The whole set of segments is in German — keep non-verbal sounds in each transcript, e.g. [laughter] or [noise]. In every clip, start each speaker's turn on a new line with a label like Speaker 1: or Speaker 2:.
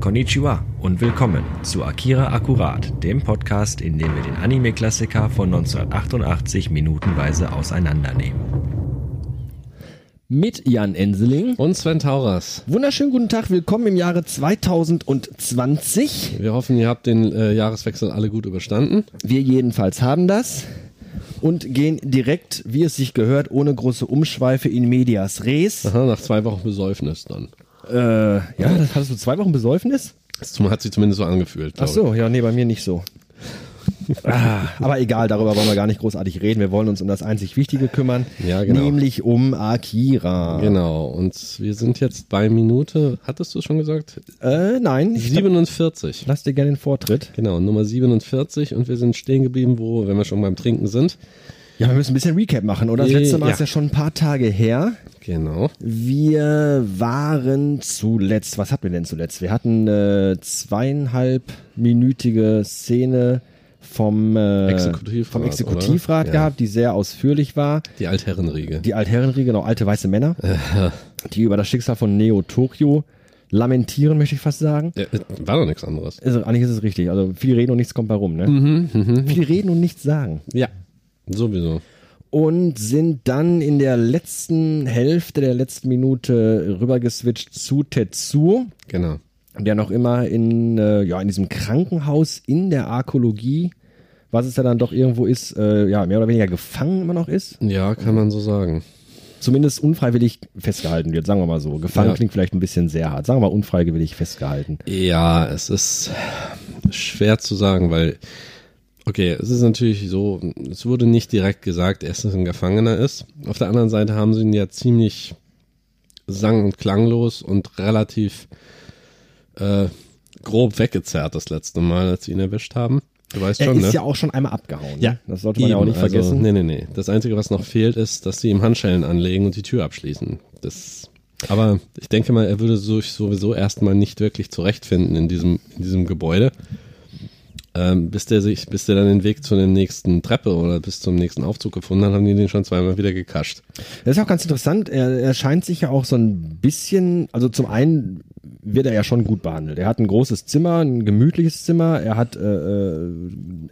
Speaker 1: Konnichiwa und willkommen zu Akira Akkurat, dem Podcast, in dem wir den Anime-Klassiker von 1988 minutenweise auseinandernehmen.
Speaker 2: Mit Jan Enseling.
Speaker 3: Und Sven Tauras.
Speaker 2: Wunderschönen guten Tag, willkommen im Jahre 2020.
Speaker 3: Wir hoffen, ihr habt den äh, Jahreswechsel alle gut überstanden.
Speaker 2: Wir jedenfalls haben das und gehen direkt, wie es sich gehört, ohne große Umschweife in Medias Res.
Speaker 3: Aha, nach zwei Wochen Besäufnis dann.
Speaker 2: Äh, ja, das hattest du zwei Wochen Besäufnis?
Speaker 3: Das hat sich zumindest so angefühlt.
Speaker 2: Ach
Speaker 3: glaub
Speaker 2: so, ja, nee, bei mir nicht so. [laughs] ah, aber egal, darüber wollen wir gar nicht großartig reden. Wir wollen uns um das einzig Wichtige kümmern,
Speaker 3: Ja, genau.
Speaker 2: nämlich um Akira.
Speaker 3: ich. Genau, und wir sind jetzt bei Minute, hattest du es schon gesagt?
Speaker 2: Äh, nein, ich
Speaker 3: 47.
Speaker 2: lass dir gerne den Vortritt.
Speaker 3: Genau, Nummer 47 und wir sind stehen geblieben, wo, wenn wir schon beim Trinken sind.
Speaker 2: Ja, wir müssen ein bisschen Recap machen, oder? Das
Speaker 3: Äh,
Speaker 2: letzte Mal
Speaker 3: ja.
Speaker 2: ist ja schon ein paar Tage her.
Speaker 3: Genau.
Speaker 2: Wir waren zuletzt, was hatten wir denn zuletzt? Wir hatten eine zweieinhalbminütige Szene vom, äh,
Speaker 3: Exekutivrat,
Speaker 2: vom Exekutivrat
Speaker 3: oder? Ja.
Speaker 2: gehabt, die sehr ausführlich war.
Speaker 3: Die Altherrenriege.
Speaker 2: Die Altherrenriege, genau, alte weiße Männer, die über das Schicksal von Neo Tokyo lamentieren, möchte ich fast sagen.
Speaker 3: Äh, äh, war doch nichts anderes.
Speaker 2: Also, eigentlich ist es richtig. Also viel reden und nichts kommt bei rum. Ne? Viel reden und nichts sagen.
Speaker 3: Ja. Sowieso.
Speaker 2: und sind dann in der letzten Hälfte der letzten Minute rübergeswitcht zu Tetsuo,
Speaker 3: Genau.
Speaker 2: der noch immer in, äh, ja, in diesem Krankenhaus in der Arkologie, was es ja dann doch irgendwo ist, äh, ja, mehr oder weniger gefangen immer noch ist.
Speaker 3: Ja, kann man so sagen.
Speaker 2: Zumindest unfreiwillig festgehalten wird, sagen wir mal so. Gefangen
Speaker 3: Ja.
Speaker 2: klingt vielleicht ein bisschen sehr hart. Sagen wir mal unfreiwillig festgehalten.
Speaker 3: Ja, es ist schwer zu sagen, weil, okay, es ist natürlich so, es wurde nicht direkt gesagt, dass es ein Gefangener ist. Auf der anderen Seite haben sie ihn ja ziemlich sang- und klanglos und relativ äh, grob weggezerrt das letzte Mal, als sie ihn erwischt haben. Du weißt
Speaker 2: Er
Speaker 3: schon,
Speaker 2: ist
Speaker 3: ne?
Speaker 2: ja auch schon einmal abgehauen. ne?
Speaker 3: Ja,
Speaker 2: Das sollte man ja auch nicht vergessen.
Speaker 3: Also, nee, nee, nee. Das Einzige, was noch fehlt, ist, dass sie ihm Handschellen anlegen und die Tür abschließen. Das, aber ich denke mal, er würde sich sowieso erstmal nicht wirklich zurechtfinden in diesem, in diesem Gebäude. Ähm, bis der sich, bis der dann den Weg zu der nächsten Treppe oder bis zum nächsten Aufzug gefunden hat, haben die den schon zweimal wieder gekascht.
Speaker 2: Das ist auch ganz interessant. Er, er scheint sich ja auch so ein bisschen, also zum einen wird er ja schon gut behandelt. Er hat ein großes Zimmer, ein gemütliches Zimmer, er hat, äh, äh,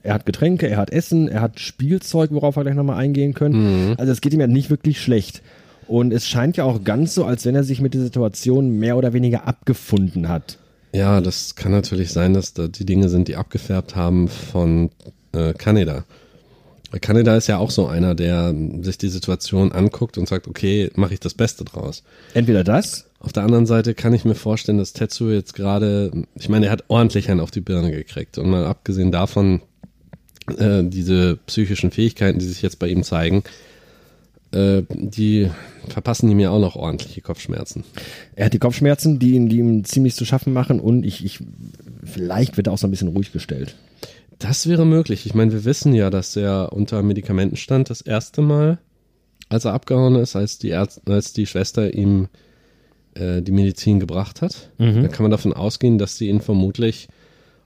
Speaker 2: er hat Getränke, er hat Essen, er hat Spielzeug, worauf wir gleich nochmal eingehen
Speaker 3: Mhm.
Speaker 2: können. Also es geht ihm ja nicht wirklich schlecht. Und es scheint ja auch ganz so, als wenn er sich mit der Situation mehr oder weniger abgefunden hat.
Speaker 3: Ja, das kann natürlich sein, dass da die Dinge sind, die abgefärbt haben von äh, Kaneda. Weil Kaneda ist ja auch so einer, der ähm, sich die Situation anguckt und sagt, okay, mache ich das Beste draus.
Speaker 2: Entweder das
Speaker 3: Auf der anderen Seite kann ich mir vorstellen, dass Tetsuo jetzt gerade, ich meine, er hat ordentlich einen auf die Birne gekriegt. Und mal abgesehen davon, äh, diese psychischen Fähigkeiten, die sich jetzt bei ihm zeigen, äh, die verpassen ihm ja auch noch ordentliche Kopfschmerzen.
Speaker 2: Er hat die Kopfschmerzen, die, ihn- die ihm ziemlich zu schaffen machen und ich, ich, vielleicht wird er auch so ein bisschen ruhig gestellt.
Speaker 3: Das wäre möglich. Ich meine, wir wissen ja, dass er unter Medikamenten stand das erste Mal, als er abgehauen ist, als die, Ärzt als die Schwester ihm äh, die Medizin gebracht hat. Da kann man davon ausgehen, dass sie ihn vermutlich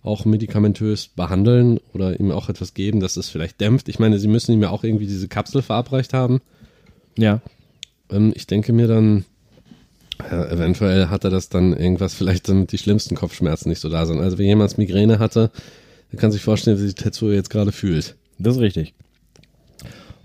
Speaker 3: auch medikamentös behandeln oder ihm auch etwas geben, dass es vielleicht dämpft. Ich meine, sie müssen ihm ja auch irgendwie diese Kapsel verabreicht haben.
Speaker 2: Ja.
Speaker 3: Ähm, ich denke mir dann, äh, eventuell hat er das dann irgendwas, vielleicht damit die schlimmsten Kopfschmerzen nicht so da sind. Also, wenn jemand Migräne hatte, dann kann sich vorstellen, wie sich Tetsuo jetzt gerade fühlt.
Speaker 2: Das ist richtig.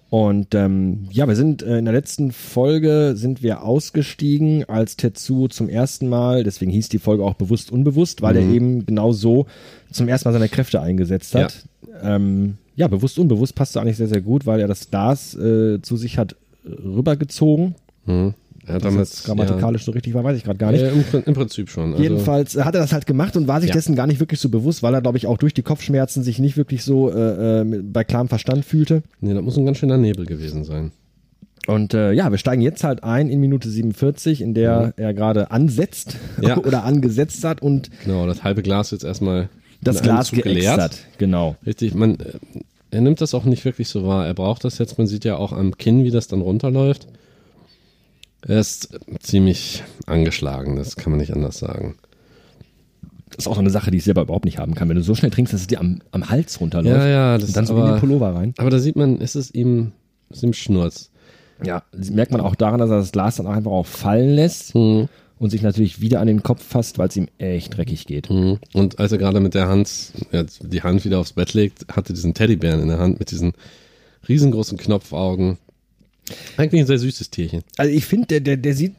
Speaker 2: Und ähm, ja, wir sind äh, in der letzten Folge sind wir ausgestiegen, als Tetsuo zum ersten Mal, deswegen hieß die Folge auch bewusst unbewusst, weil er eben genau so zum ersten Mal seine Kräfte eingesetzt hat. Ja, ähm, ja bewusst unbewusst passt eigentlich sehr, sehr gut, weil er das Glas äh, zu sich hat äh, rübergezogen.
Speaker 3: Hm? Er hat
Speaker 2: Was
Speaker 3: damals,
Speaker 2: jetzt grammatikalisch so richtig war, weiß ich gerade gar nicht.
Speaker 3: Ja, ja, im, Prin- Im Prinzip schon. Also,
Speaker 2: Jedenfalls hat er das halt gemacht und war sich
Speaker 3: Ja.
Speaker 2: dessen gar nicht wirklich so bewusst, weil er, glaube ich, auch durch die Kopfschmerzen sich nicht wirklich so äh, äh, mit- bei klarem Verstand fühlte.
Speaker 3: Nee, das muss ein ganz schöner Nebel gewesen sein.
Speaker 2: Und äh, ja, wir steigen jetzt halt ein in Minute 47, in der er gerade ansetzt
Speaker 3: Mhm.
Speaker 2: [laughs]
Speaker 3: Ja.
Speaker 2: oder angesetzt hat und
Speaker 3: Genau, das halbe Glas jetzt erstmal
Speaker 2: das
Speaker 3: in einem
Speaker 2: Glas
Speaker 3: Zug
Speaker 2: geäxt hat. Genau.
Speaker 3: Richtig, man, äh, er nimmt das auch nicht wirklich so wahr. Er braucht das jetzt. Man sieht ja auch am Kinn, wie das dann runterläuft. Er ist ziemlich angeschlagen, das kann man nicht anders sagen.
Speaker 2: Das ist auch so eine Sache, die ich selber überhaupt nicht haben kann. Wenn du so schnell trinkst, dass es dir am, am Hals runterläuft
Speaker 3: Ja, ja, das
Speaker 2: und dann
Speaker 3: ist
Speaker 2: so in
Speaker 3: aber-
Speaker 2: den Pullover rein.
Speaker 3: Aber da sieht man, es ist ihm, es ist ihm Schnurz. Mhm.
Speaker 2: Ja, das merkt man auch daran, dass er das Glas dann auch einfach auch fallen lässt und sich natürlich wieder an den Kopf fasst, weil es ihm echt dreckig geht.
Speaker 3: Mhm. Und als er gerade mit der Hand, ja, die Hand wieder aufs Bett legt, hatte diesen Teddybären in der Hand mit diesen riesengroßen Knopfaugen. Eigentlich ein sehr süßes Tierchen.
Speaker 2: Also ich finde, der, der, der sieht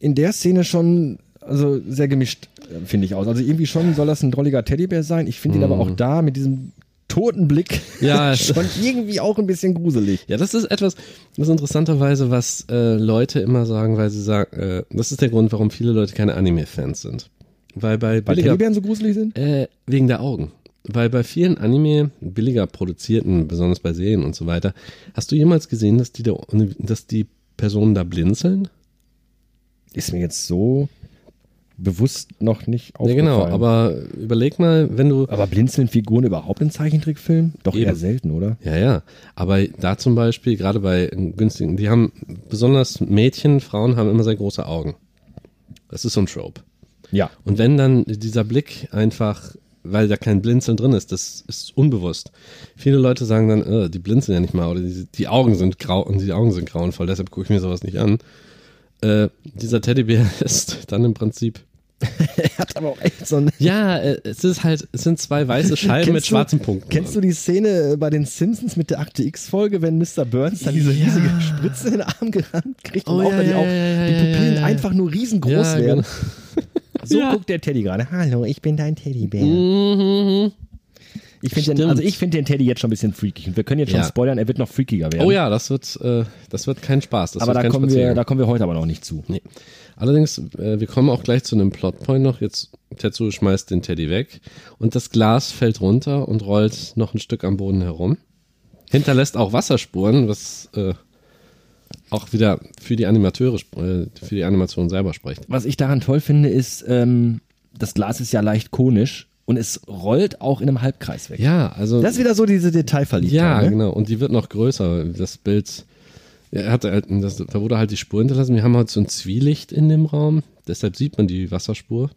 Speaker 2: in der Szene schon also sehr gemischt, äh, finde ich, aus. Also irgendwie schon soll das ein drolliger Teddybär sein. Ich finde ihn aber auch da mit diesem toten [laughs] Blick
Speaker 3: Ja,
Speaker 2: schon irgendwie auch ein bisschen gruselig.
Speaker 3: Ja, das ist etwas, das ist interessanterweise, was äh, Leute immer sagen, weil sie sagen, äh, das ist der Grund, warum viele Leute keine Anime-Fans sind. Weil bei
Speaker 2: Weil
Speaker 3: billiger,
Speaker 2: Teddybären so gruselig sind?
Speaker 3: äh, wegen der Augen. Weil bei vielen Anime, billiger produzierten, besonders bei Serien und so weiter, hast du jemals gesehen, dass die, da, dass die Personen da blinzeln?
Speaker 2: Ist mir jetzt so bewusst noch nicht
Speaker 3: Ja,
Speaker 2: aufgefallen.
Speaker 3: genau, aber überleg mal, wenn du.
Speaker 2: aber blinzeln Figuren überhaupt in Zeichentrickfilmen? Doch eher
Speaker 3: Eben.
Speaker 2: selten, oder?
Speaker 3: Ja, ja. Aber da zum Beispiel, gerade bei günstigen, die haben, besonders Mädchen, Frauen haben immer sehr große Augen. Das ist so ein Trope.
Speaker 2: Ja.
Speaker 3: Und wenn dann dieser Blick einfach, weil da kein Blinzeln drin ist, das ist unbewusst. Viele Leute sagen dann, äh, die blinzeln ja nicht mal oder die, die Augen sind grau und die Augen sind grauenvoll, deshalb gucke ich mir sowas nicht an. Äh, dieser Teddybär [laughs] ist dann im Prinzip.
Speaker 2: [laughs] Er hat aber auch echt so einen
Speaker 3: Ja, äh, es ist halt, es sind zwei weiße Scheiben
Speaker 2: [laughs]
Speaker 3: Halt mit
Speaker 2: Kennst du-
Speaker 3: schwarzen Punkten.
Speaker 2: Kennst du die Szene äh, bei den Simpsons mit der Akte X-Folge, wenn Mr. Burns dann diese
Speaker 3: Ja.
Speaker 2: riesige Spritze in den Arm gerannt kriegt und
Speaker 3: Oh,
Speaker 2: auch,
Speaker 3: ja,
Speaker 2: weil die,
Speaker 3: ja,
Speaker 2: auch,
Speaker 3: ja,
Speaker 2: die
Speaker 3: ja,
Speaker 2: Pupillen
Speaker 3: ja, ja.
Speaker 2: einfach nur riesengroß
Speaker 3: Ja,
Speaker 2: werden?
Speaker 3: [laughs] genau.
Speaker 2: So
Speaker 3: Ja.
Speaker 2: guckt der Teddy gerade. Hallo, ich bin dein Teddybär.
Speaker 3: Mhm.
Speaker 2: Ich find den,
Speaker 3: stimmt.
Speaker 2: also ich finde den Teddy jetzt schon ein bisschen freakig. Und wir können jetzt schon
Speaker 3: Ja.
Speaker 2: spoilern, er wird noch freakiger werden.
Speaker 3: Oh ja, das wird, äh, das wird kein Spaß. Das
Speaker 2: aber
Speaker 3: wird
Speaker 2: da
Speaker 3: kein
Speaker 2: kommen, wir,
Speaker 3: Spaziergang.
Speaker 2: da kommen wir heute aber noch nicht zu.
Speaker 3: Nee. Allerdings, äh, wir kommen auch gleich zu einem Plotpoint noch. Jetzt Tetsu schmeißt den Teddy weg und das Glas fällt runter und rollt noch ein Stück am Boden herum. Hinterlässt auch Wasserspuren, was äh, auch wieder für die Animateure, sp- äh, für die Animation selber spricht.
Speaker 2: Was ich daran toll finde, ist, ähm, das Glas ist ja leicht konisch und es rollt auch in einem Halbkreis weg.
Speaker 3: Ja, also
Speaker 2: Das ist wieder so diese Detailverliebtheit.
Speaker 3: ja,
Speaker 2: ne?
Speaker 3: genau. Und die wird noch größer. Das Bild, er hat halt, das, da wurde halt die Spur hinterlassen. Wir haben halt so ein Zwielicht in dem Raum, deshalb sieht man die Wasserspur.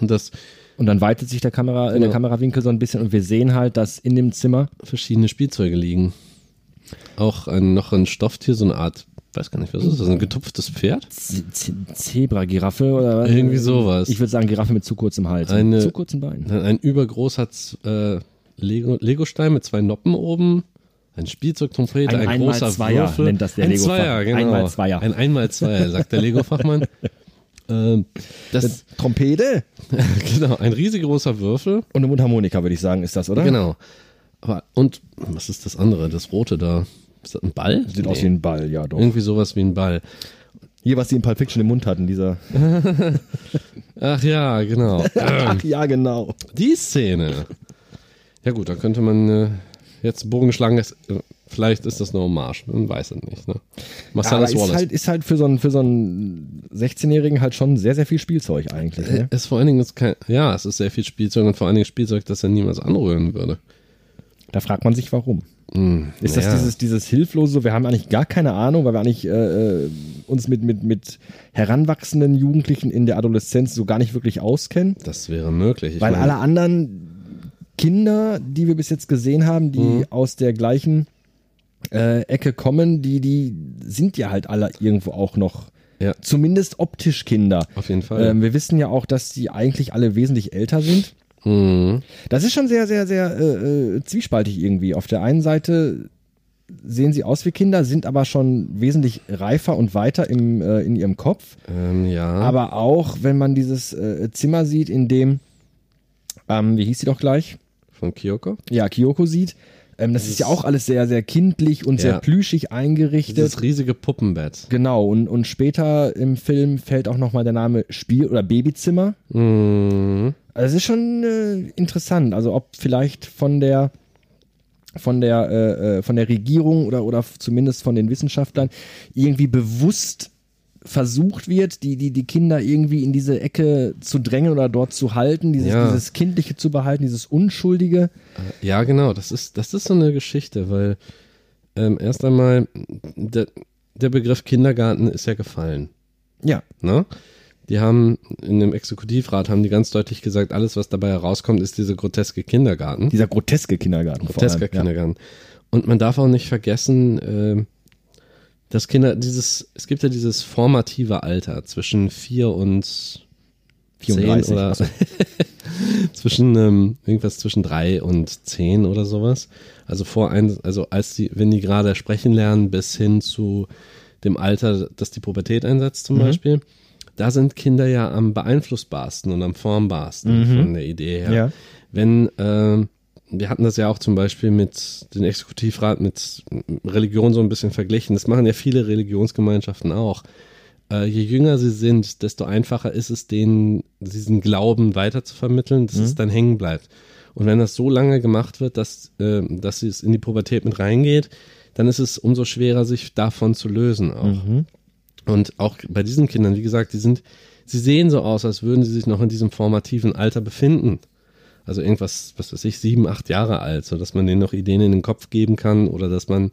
Speaker 3: Und das
Speaker 2: Und dann weitet sich der, Kamera, äh, der
Speaker 3: Genau.
Speaker 2: Kamerawinkel so ein bisschen und wir sehen halt, dass in dem Zimmer,
Speaker 3: verschiedene Spielzeuge liegen. Auch ein, noch ein Stofftier, so eine Art, weiß gar nicht, was ist das, ein getupftes Pferd?
Speaker 2: Z- Z- Zebra-Giraffe oder was?
Speaker 3: Irgendwie sowas.
Speaker 2: Ähm, Ich würde sagen, Giraffe mit zu kurzem Hals.
Speaker 3: Eine-
Speaker 2: mit zu kurzen Beinen.
Speaker 3: Dann ein übergroßer Z- äh, Lego- Legostein mit zwei Noppen oben, ein Spielzeugtrompete,
Speaker 2: Ein
Speaker 3: ein, großer
Speaker 2: Einmal-Zweier
Speaker 3: Würfel.
Speaker 2: nennt das der
Speaker 3: ein
Speaker 2: Lego-Fach-
Speaker 3: Zweier, genau.
Speaker 2: Einmal-Zweier.
Speaker 3: Ein Einmal-Zweier, sagt der
Speaker 2: [laughs]
Speaker 3: Lego-Fachmann. ähm, das,
Speaker 2: Trompete
Speaker 3: [laughs] genau, ein riesengroßer Würfel.
Speaker 2: und eine Mundharmonika, würde ich sagen, ist das, oder?
Speaker 3: Genau. Aber, und was ist das andere, das rote da? Ist das ein Ball?
Speaker 2: Sieht aus wie ein Ball, ja doch.
Speaker 3: Irgendwie sowas wie ein Ball.
Speaker 2: Hier, was die in Pulp Fiction im Mund hatten, dieser.
Speaker 3: Ach
Speaker 2: [laughs]
Speaker 3: ja, genau.
Speaker 2: Ach ja, genau.
Speaker 3: Die Szene. Ja gut, da könnte man äh, jetzt einen Bogen schlagen. Es, äh, vielleicht ist das eine Hommage. Man weiß es nicht. Ne?
Speaker 2: Aber
Speaker 3: Marcellus
Speaker 2: ist
Speaker 3: Wallace.
Speaker 2: halt, ist halt für so einen, für so einen 16-Jährigen halt schon sehr, sehr viel Spielzeug eigentlich. Ne?
Speaker 3: ist äh, vor allen Dingen ist kein, ja, es ist sehr viel Spielzeug und vor allen Dingen Spielzeug, das er niemals anrühren würde.
Speaker 2: Da fragt man sich, warum. Ist das
Speaker 3: Hm, ja.
Speaker 2: dieses, dieses Hilflose, wir haben eigentlich gar keine Ahnung, weil wir eigentlich äh, äh, uns mit, mit, mit heranwachsenden Jugendlichen in der Adoleszenz so gar nicht wirklich auskennen?
Speaker 3: Das wäre möglich. Ich
Speaker 2: weil
Speaker 3: meine,
Speaker 2: alle anderen Kinder, die wir bis jetzt gesehen haben, die
Speaker 3: Mhm.
Speaker 2: aus der gleichen äh, Ecke kommen, die, die sind ja halt alle irgendwo auch noch
Speaker 3: Ja.
Speaker 2: zumindest optisch Kinder.
Speaker 3: Auf jeden Fall.
Speaker 2: Ähm, wir wissen ja auch, dass die eigentlich alle wesentlich älter sind.
Speaker 3: Mhm.
Speaker 2: Das ist schon sehr, sehr, sehr äh, äh, zwiespaltig irgendwie. Auf der einen Seite sehen sie aus wie Kinder, sind aber schon wesentlich reifer und weiter im, äh, in ihrem Kopf.
Speaker 3: Ähm, ja.
Speaker 2: Aber auch, wenn man dieses äh, Zimmer sieht, in dem, ähm, wie hieß sie doch gleich?
Speaker 3: Von Kyoko.
Speaker 2: Ja, Kyoko sieht. Ähm, das ist ja auch alles sehr, sehr kindlich und
Speaker 3: Ja.
Speaker 2: sehr plüschig eingerichtet.
Speaker 3: Dieses riesige Puppenbett.
Speaker 2: Genau, und, und später im Film fällt auch nochmal der Name Spiel- oder Babyzimmer.
Speaker 3: Mhm.
Speaker 2: Also es ist schon äh, interessant, also ob vielleicht von der von der äh, äh, von der Regierung oder oder zumindest von den Wissenschaftlern irgendwie bewusst versucht wird, die die die Kinder irgendwie in diese Ecke zu drängen oder dort zu halten, dieses,
Speaker 3: Ja.
Speaker 2: dieses kindliche zu behalten, dieses unschuldige.
Speaker 3: Ja, genau, das ist, das ist so eine Geschichte, weil ähm, erst einmal der, der Begriff Kindergarten ist ja gefallen.
Speaker 2: Ja,
Speaker 3: Ne? Die haben in dem Exekutivrat haben die ganz deutlich gesagt, alles, was dabei herauskommt, ist diese groteske Kindergarten.
Speaker 2: dieser groteske Kindergarten. vor
Speaker 3: Grotesker
Speaker 2: allem, ja.
Speaker 3: Kindergarten. Und man darf auch nicht vergessen, ähm, dass Kinder dieses, es gibt ja dieses formative Alter zwischen vier und
Speaker 2: 34
Speaker 3: zehn oder
Speaker 2: Also,
Speaker 3: [laughs] zwischen ähm, irgendwas zwischen drei und zehn oder sowas. Also vor ein, also als die, wenn die gerade sprechen lernen, bis hin zu dem Alter, dass die Pubertät einsetzt zum Beispiel, da sind Kinder ja am beeinflussbarsten und am formbarsten von der Idee her.
Speaker 2: Ja.
Speaker 3: Wenn ähm, wir hatten das ja auch zum Beispiel mit dem Exekutivrat mit Religion so ein bisschen verglichen. Das machen ja viele Religionsgemeinschaften auch äh, je jünger sie sind, desto einfacher ist es, denen diesen Glauben weiter zu vermitteln, dass es dann hängen bleibt. Und wenn das so lange gemacht wird, dass, äh, dass es in die Pubertät mit reingeht, dann ist es umso schwerer, sich davon zu lösen auch. Und auch bei diesen Kindern, wie gesagt, die sind, sie sehen so aus, als würden sie sich noch in diesem formativen Alter befinden. Also irgendwas, was weiß ich, sieben, acht Jahre alt, so dass man denen noch Ideen in den Kopf geben kann oder dass man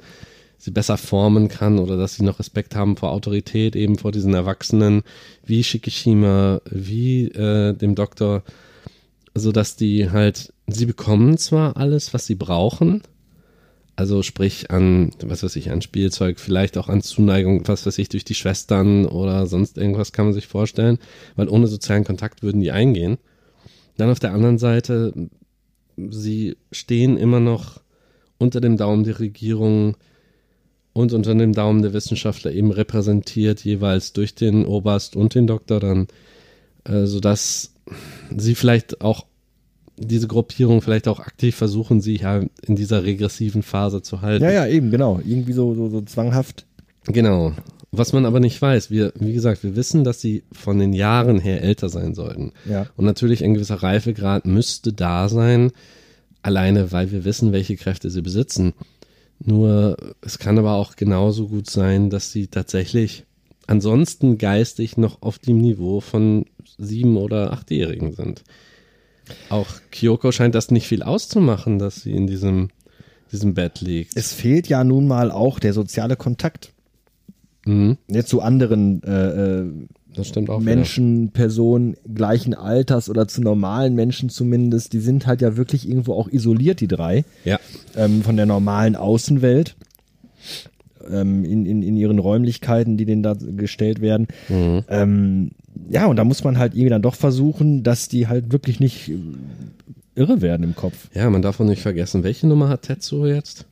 Speaker 3: sie besser formen kann oder dass sie noch Respekt haben vor Autorität, eben vor diesen Erwachsenen, wie Shikishima, wie äh, dem Doktor, so dass die halt, sie bekommen zwar alles, was sie brauchen, also sprich an, was weiß ich, an Spielzeug, vielleicht auch an Zuneigung, was weiß ich, durch die Schwestern oder sonst irgendwas kann man sich vorstellen, weil ohne sozialen Kontakt würden die eingehen. Dann auf der anderen Seite, sie stehen immer noch unter dem Daumen der Regierung und unter dem Daumen der Wissenschaftler eben repräsentiert, jeweils durch den Oberst und den Doktor dann, äh, sodass sie vielleicht auch diese Gruppierung vielleicht auch aktiv versuchen, sie ja in dieser regressiven Phase zu halten.
Speaker 2: Ja, ja, eben, genau. Irgendwie so, so, so zwanghaft.
Speaker 3: Genau. Was man aber nicht weiß, wir, wie gesagt, wir wissen, dass sie von den Jahren her älter sein sollten.
Speaker 2: Ja.
Speaker 3: Und natürlich ein gewisser Reifegrad müsste da sein, alleine weil wir wissen, welche Kräfte sie besitzen. Nur es kann aber auch genauso gut sein, dass sie tatsächlich ansonsten geistig noch auf dem Niveau von sieben- oder achtjährigen sind. Auch Kyoko scheint das nicht viel auszumachen, dass sie in diesem, diesem Bett liegt.
Speaker 2: Es fehlt ja nun mal auch der soziale Kontakt.
Speaker 3: Mhm,
Speaker 2: Jetzt zu anderen äh, äh,
Speaker 3: das stimmt auch. wieder.
Speaker 2: Menschen, Personen gleichen Alters oder zu normalen Menschen zumindest, die sind halt ja wirklich irgendwo auch isoliert, die drei,
Speaker 3: Ja.
Speaker 2: ähm, von der normalen Außenwelt, ähm, in, in, in ihren Räumlichkeiten, die denen da gestellt werden.
Speaker 3: Mhm.
Speaker 2: Ähm, ja, und da muss man halt irgendwie dann doch versuchen, dass die halt wirklich nicht äh, irre werden im Kopf.
Speaker 3: Ja, man darf auch nicht vergessen, welche Nummer hat Tetsuo jetzt?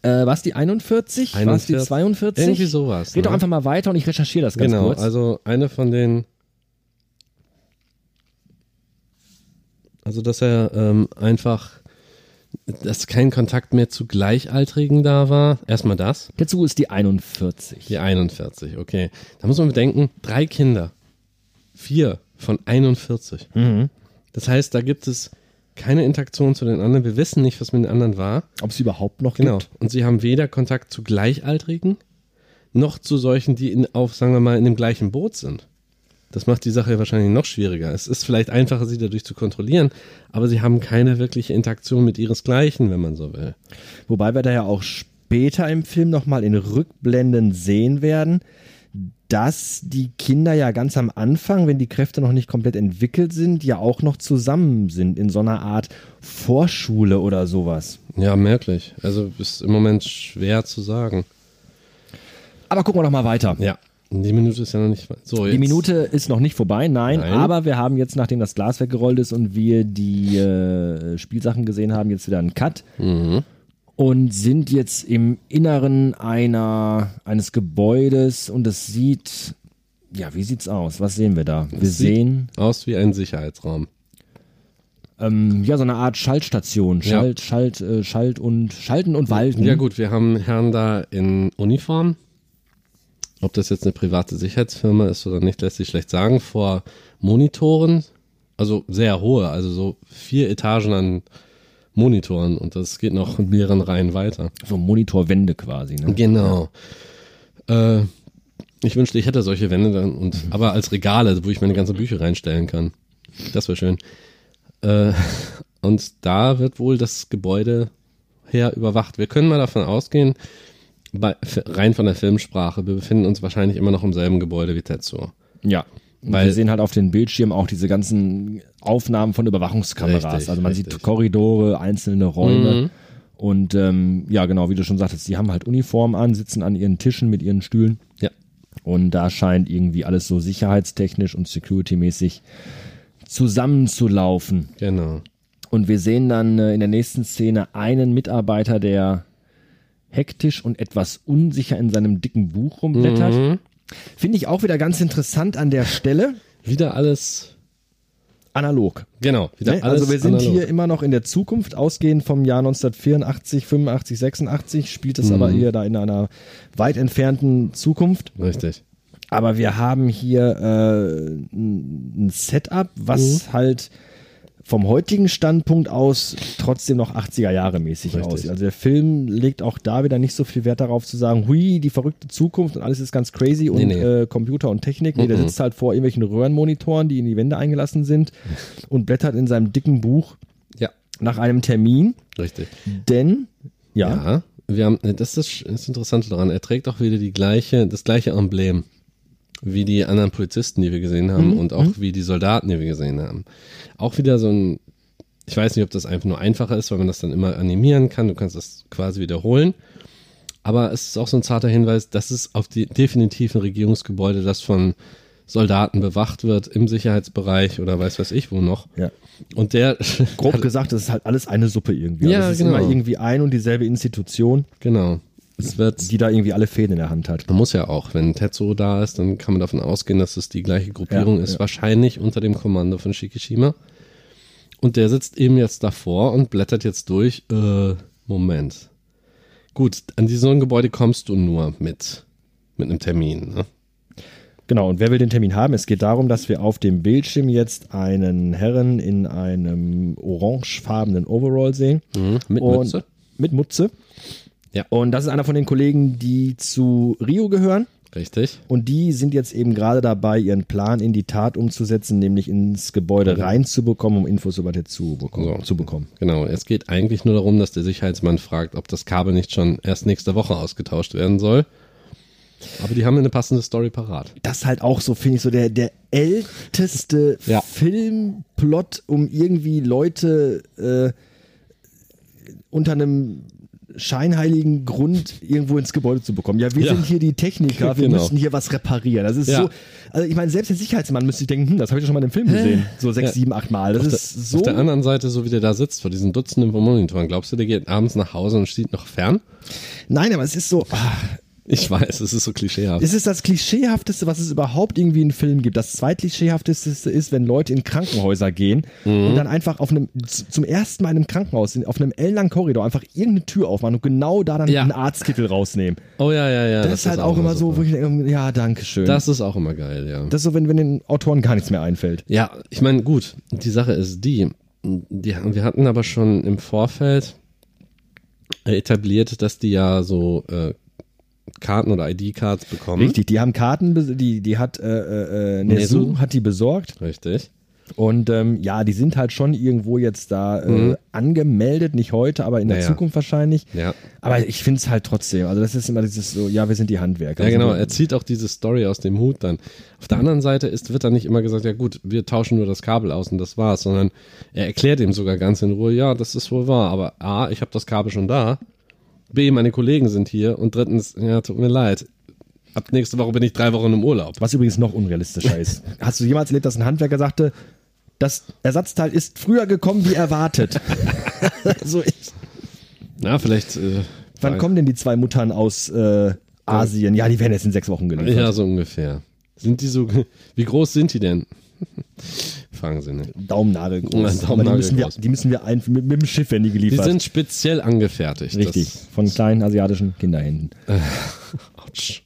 Speaker 2: Äh, was die 41? Was die
Speaker 3: 41?
Speaker 2: 42?
Speaker 3: Irgendwie sowas.
Speaker 2: Red doch
Speaker 3: ne?
Speaker 2: einfach mal weiter und ich recherchiere das ganz
Speaker 3: genau,
Speaker 2: kurz.
Speaker 3: also eine von den. Also, dass er ähm, einfach, dass kein Kontakt mehr zu Gleichaltrigen da war. Erstmal das.
Speaker 2: Dazu ist die 41.
Speaker 3: Die 41, okay. Da muss man bedenken, drei Kinder. Vier von 41.
Speaker 2: Mhm.
Speaker 3: Das heißt, da gibt es keine Interaktion zu den anderen. Wir wissen nicht, was mit den anderen war.
Speaker 2: Ob es überhaupt noch
Speaker 3: Genau.
Speaker 2: gibt?
Speaker 3: Und sie haben weder Kontakt zu Gleichaltrigen noch zu solchen, die in, auf, sagen wir mal, in dem gleichen Boot sind. Das macht die Sache wahrscheinlich noch schwieriger. Es ist vielleicht einfacher, sie dadurch zu kontrollieren, aber sie haben keine wirkliche Interaktion mit ihresgleichen, wenn man so will.
Speaker 2: Wobei wir da ja auch später im Film nochmal in Rückblenden sehen werden, dass die Kinder ja ganz am Anfang, wenn die Kräfte noch nicht komplett entwickelt sind, ja auch noch zusammen sind in so einer Art Vorschule oder sowas.
Speaker 3: Ja, merklich. Also ist im Moment schwer zu sagen.
Speaker 2: Aber gucken wir doch mal weiter.
Speaker 3: Ja, die Minute ist ja noch nicht weit. so.
Speaker 2: Die Minute ist noch nicht vorbei, nein,
Speaker 3: Nein.
Speaker 2: aber wir haben jetzt, nachdem das Glas weggerollt ist und wir die äh, Spielsachen gesehen haben, jetzt wieder einen Cut
Speaker 3: Mhm.
Speaker 2: und sind jetzt im Inneren einer, eines Gebäudes und es sieht, ja, wie sieht's aus? Was sehen wir da? Wir
Speaker 3: sieht-
Speaker 2: sehen,
Speaker 3: Aus wie ein Sicherheitsraum.
Speaker 2: ähm, ja, so eine Art Schaltstation,
Speaker 3: Ja.
Speaker 2: Schalt, Schalt, äh, Schalt und, Schalten und Walten.
Speaker 3: Ja gut, wir haben Herrn da in Uniform. Ob das jetzt eine private Sicherheitsfirma ist oder nicht, lässt sich schlecht sagen. Vor Monitoren, also sehr hohe, also so vier Etagen an Monitoren und das geht noch in mehreren Reihen weiter.
Speaker 2: So Monitorwände quasi, ne?
Speaker 3: Genau. Äh, ich wünschte, ich hätte solche Wände dann und
Speaker 2: Mhm.
Speaker 3: aber als Regale, wo ich meine ganzen Bücher reinstellen kann. Das wäre schön. Äh, und da wird wohl das Gebäude her überwacht. Wir können mal davon ausgehen, bei, f- rein von der Filmsprache, wir befinden uns wahrscheinlich immer noch im selben Gebäude wie Tetsuo.
Speaker 2: Ja. Und
Speaker 3: Weil-
Speaker 2: wir sehen halt auf den Bildschirmen auch diese ganzen Aufnahmen von Überwachungskameras.
Speaker 3: Richtig, Mhm.
Speaker 2: also man
Speaker 3: richtig.
Speaker 2: sieht Korridore, einzelne Räume. Und ähm, ja, genau, wie du schon sagtest, die haben halt Uniformen an, sitzen an ihren Tischen mit ihren Stühlen.
Speaker 3: Ja.
Speaker 2: Und da scheint irgendwie alles so sicherheitstechnisch und security-mäßig zusammenzulaufen.
Speaker 3: Genau.
Speaker 2: Und wir sehen dann äh, in der nächsten Szene einen Mitarbeiter, der hektisch und etwas unsicher in seinem dicken Buch rumblättert.
Speaker 3: Mhm.
Speaker 2: Finde ich auch wieder ganz interessant an der Stelle.
Speaker 3: Wieder alles.
Speaker 2: Analog.
Speaker 3: Genau. Wieder
Speaker 2: Ne?
Speaker 3: alles
Speaker 2: Also wir sind
Speaker 3: analog.
Speaker 2: hier immer noch in der Zukunft, ausgehend vom Jahr 1984, 85, 86, spielt
Speaker 3: Mhm.
Speaker 2: es aber eher da in einer weit entfernten Zukunft.
Speaker 3: Richtig.
Speaker 2: Aber wir haben hier äh, ein ein Setup, was
Speaker 3: Mhm.
Speaker 2: halt vom heutigen Standpunkt aus trotzdem noch 80er Jahre mäßig
Speaker 3: Richtig.
Speaker 2: aussieht. Also der Film legt auch da wieder nicht so viel Wert darauf zu sagen, hui, die verrückte Zukunft und alles ist ganz crazy und
Speaker 3: nee. Mhm.
Speaker 2: Äh, Computer und Technik. Nee, der sitzt halt vor irgendwelchen Röhrenmonitoren, die in die Wände eingelassen sind und blättert in seinem dicken Buch
Speaker 3: Ja.
Speaker 2: nach einem Termin,
Speaker 3: Richtig.
Speaker 2: denn ja,
Speaker 3: Mhm. Ja. Wir haben, äh, das ist das Interessante daran. Er trägt auch wieder die gleiche, das gleiche Emblem wie die anderen Polizisten, die wir gesehen haben und auch wie die Soldaten, die wir gesehen haben. Auch wieder so ein, ich weiß nicht, ob das einfach nur einfacher ist, weil man das dann immer animieren kann. Du kannst das quasi wiederholen. Aber es ist auch so ein zarter Hinweis, dass es auf die definitiv ein Regierungsgebäude, das von Soldaten bewacht wird im Sicherheitsbereich oder weiß was ich wo noch.
Speaker 2: Ja.
Speaker 3: Und der [laughs]
Speaker 2: grob gesagt, das ist halt alles eine Suppe irgendwie.
Speaker 3: Ja,
Speaker 2: das ist
Speaker 3: genau.
Speaker 2: immer irgendwie ein und dieselbe Institution.
Speaker 3: Genau. Es wird,
Speaker 2: die da irgendwie alle Fäden in der Hand hat.
Speaker 3: man muss ja auch, wenn Tetsuo da ist, dann kann man davon ausgehen, dass es die gleiche Gruppierung
Speaker 2: Ja,
Speaker 3: ist, wahrscheinlich unter dem Kommando von Shikishima. Und der sitzt eben jetzt davor und blättert jetzt durch. Äh, Moment. Gut, an die- so ein Gebäude kommst du nur mit, mit einem Termin. Ne?
Speaker 2: Genau, und wer will den Termin haben? Es geht darum, dass wir auf dem Bildschirm jetzt einen Herren in einem orangefarbenen Overall sehen.
Speaker 3: Mhm, Mit
Speaker 2: und
Speaker 3: Mütze.
Speaker 2: Mit Mutze.
Speaker 3: Ja.
Speaker 2: Und das ist einer von den Kollegen, die zu Rio gehören.
Speaker 3: Richtig.
Speaker 2: Und die sind jetzt eben gerade dabei, ihren Plan in die Tat umzusetzen, nämlich ins Gebäude reinzubekommen, um Infos über Tetsu bekommen,
Speaker 3: Mhm. So.
Speaker 2: zu bekommen.
Speaker 3: Genau, es geht eigentlich nur darum, dass der Sicherheitsmann fragt, ob das Kabel nicht schon erst nächste Woche ausgetauscht werden soll. Aber die haben eine passende Story parat.
Speaker 2: das ist halt auch so, finde ich, so der, der älteste
Speaker 3: Ja.
Speaker 2: Filmplot, um irgendwie Leute äh, unter einem scheinheiligen Grund irgendwo ins Gebäude zu bekommen. Ja, wir
Speaker 3: Ja.
Speaker 2: sind hier die Techniker, wir
Speaker 3: Genau.
Speaker 2: müssen hier was reparieren. Das ist
Speaker 3: Ja.
Speaker 2: so, also ich meine, selbst der Sicherheitsmann müsste sich denken, hm, das habe ich doch schon mal im Film gesehen. So sechs,
Speaker 3: Ja.
Speaker 2: sieben, acht Mal. Das
Speaker 3: Auf der-
Speaker 2: ist so.
Speaker 3: Auf der anderen Seite, so wie der da sitzt, vor diesen Dutzenden von Monitoren, glaubst du, der geht abends nach Hause und steht noch fern?
Speaker 2: Nein, aber es ist so. ah,
Speaker 3: Ich weiß, es ist so klischeehaft.
Speaker 2: Es ist das Klischeehafteste, was es überhaupt irgendwie in Filmen gibt. Das zweitklischeehafteste ist, wenn Leute in Krankenhäuser gehen und dann einfach auf einem, z- zum ersten Mal in einem Krankenhaus, in- auf einem ellenlangen Korridor einfach irgendeine Tür aufmachen und genau da dann
Speaker 3: Ja.
Speaker 2: einen Arztkittel rausnehmen.
Speaker 3: oh ja, ja, ja.
Speaker 2: Das, ist halt auch immer so, wo
Speaker 3: super.
Speaker 2: ich denke, ja, danke schön.
Speaker 3: Das ist auch immer geil, ja.
Speaker 2: das ist so, wenn, wenn den Autoren gar nichts mehr einfällt.
Speaker 3: Ja, ich meine, gut, die Sache ist die, die, wir hatten aber schon im Vorfeld etabliert, dass die ja so äh, Karten oder ID-Cards bekommen.
Speaker 2: Richtig, die haben Karten, bes- die, die hat äh, äh, äh, Nezu,
Speaker 3: Nezu.
Speaker 2: hat die besorgt
Speaker 3: Richtig.
Speaker 2: und ähm, ja, die sind halt schon irgendwo jetzt da äh, angemeldet, nicht heute, aber in der
Speaker 3: Mhm. Naja.
Speaker 2: Zukunft wahrscheinlich.
Speaker 3: Ja.
Speaker 2: Aber ich finde es halt trotzdem. Also, das ist immer dieses so, ja, wir sind die Handwerker.
Speaker 3: Ja, genau.
Speaker 2: Also,
Speaker 3: Er zieht auch diese Story aus dem Hut dann. Auf der anderen Seite ist, wird dann nicht immer gesagt, ja gut, wir tauschen nur das Kabel aus und das war's, sondern er erklärt ihm sogar ganz in Ruhe, ja, das ist wohl wahr, aber A, ich habe das Kabel schon da, B, meine Kollegen sind hier und drittens, ja, tut mir leid, ab nächste Woche bin ich drei Wochen im Urlaub.
Speaker 2: was übrigens noch unrealistischer
Speaker 3: [laughs]
Speaker 2: ist. Hast du jemals erlebt, dass ein Handwerker sagte, das Ersatzteil ist früher gekommen wie
Speaker 3: [laughs]
Speaker 2: erwartet? so ich.
Speaker 3: Na, vielleicht. Äh,
Speaker 2: Wann
Speaker 3: weiß-
Speaker 2: kommen denn die zwei Muttern aus äh, Asien? Ja, die werden jetzt in sechs Wochen geliefert.
Speaker 3: Ja, so ungefähr. Sind die so, [laughs] wie groß sind die denn? [laughs] Fragen sie ne? nicht.
Speaker 2: Daumennagel
Speaker 3: Ja,
Speaker 2: groß. Aber die
Speaker 3: Daumennagel
Speaker 2: müssen wir,
Speaker 3: groß.
Speaker 2: die müssen wir ein, mit, mit dem Schiff werden die
Speaker 3: Die
Speaker 2: geliefert.
Speaker 3: sind speziell angefertigt.
Speaker 2: Richtig, von kleinen asiatischen Kinderhänden.
Speaker 3: Äh, [laughs] Das, Autsch.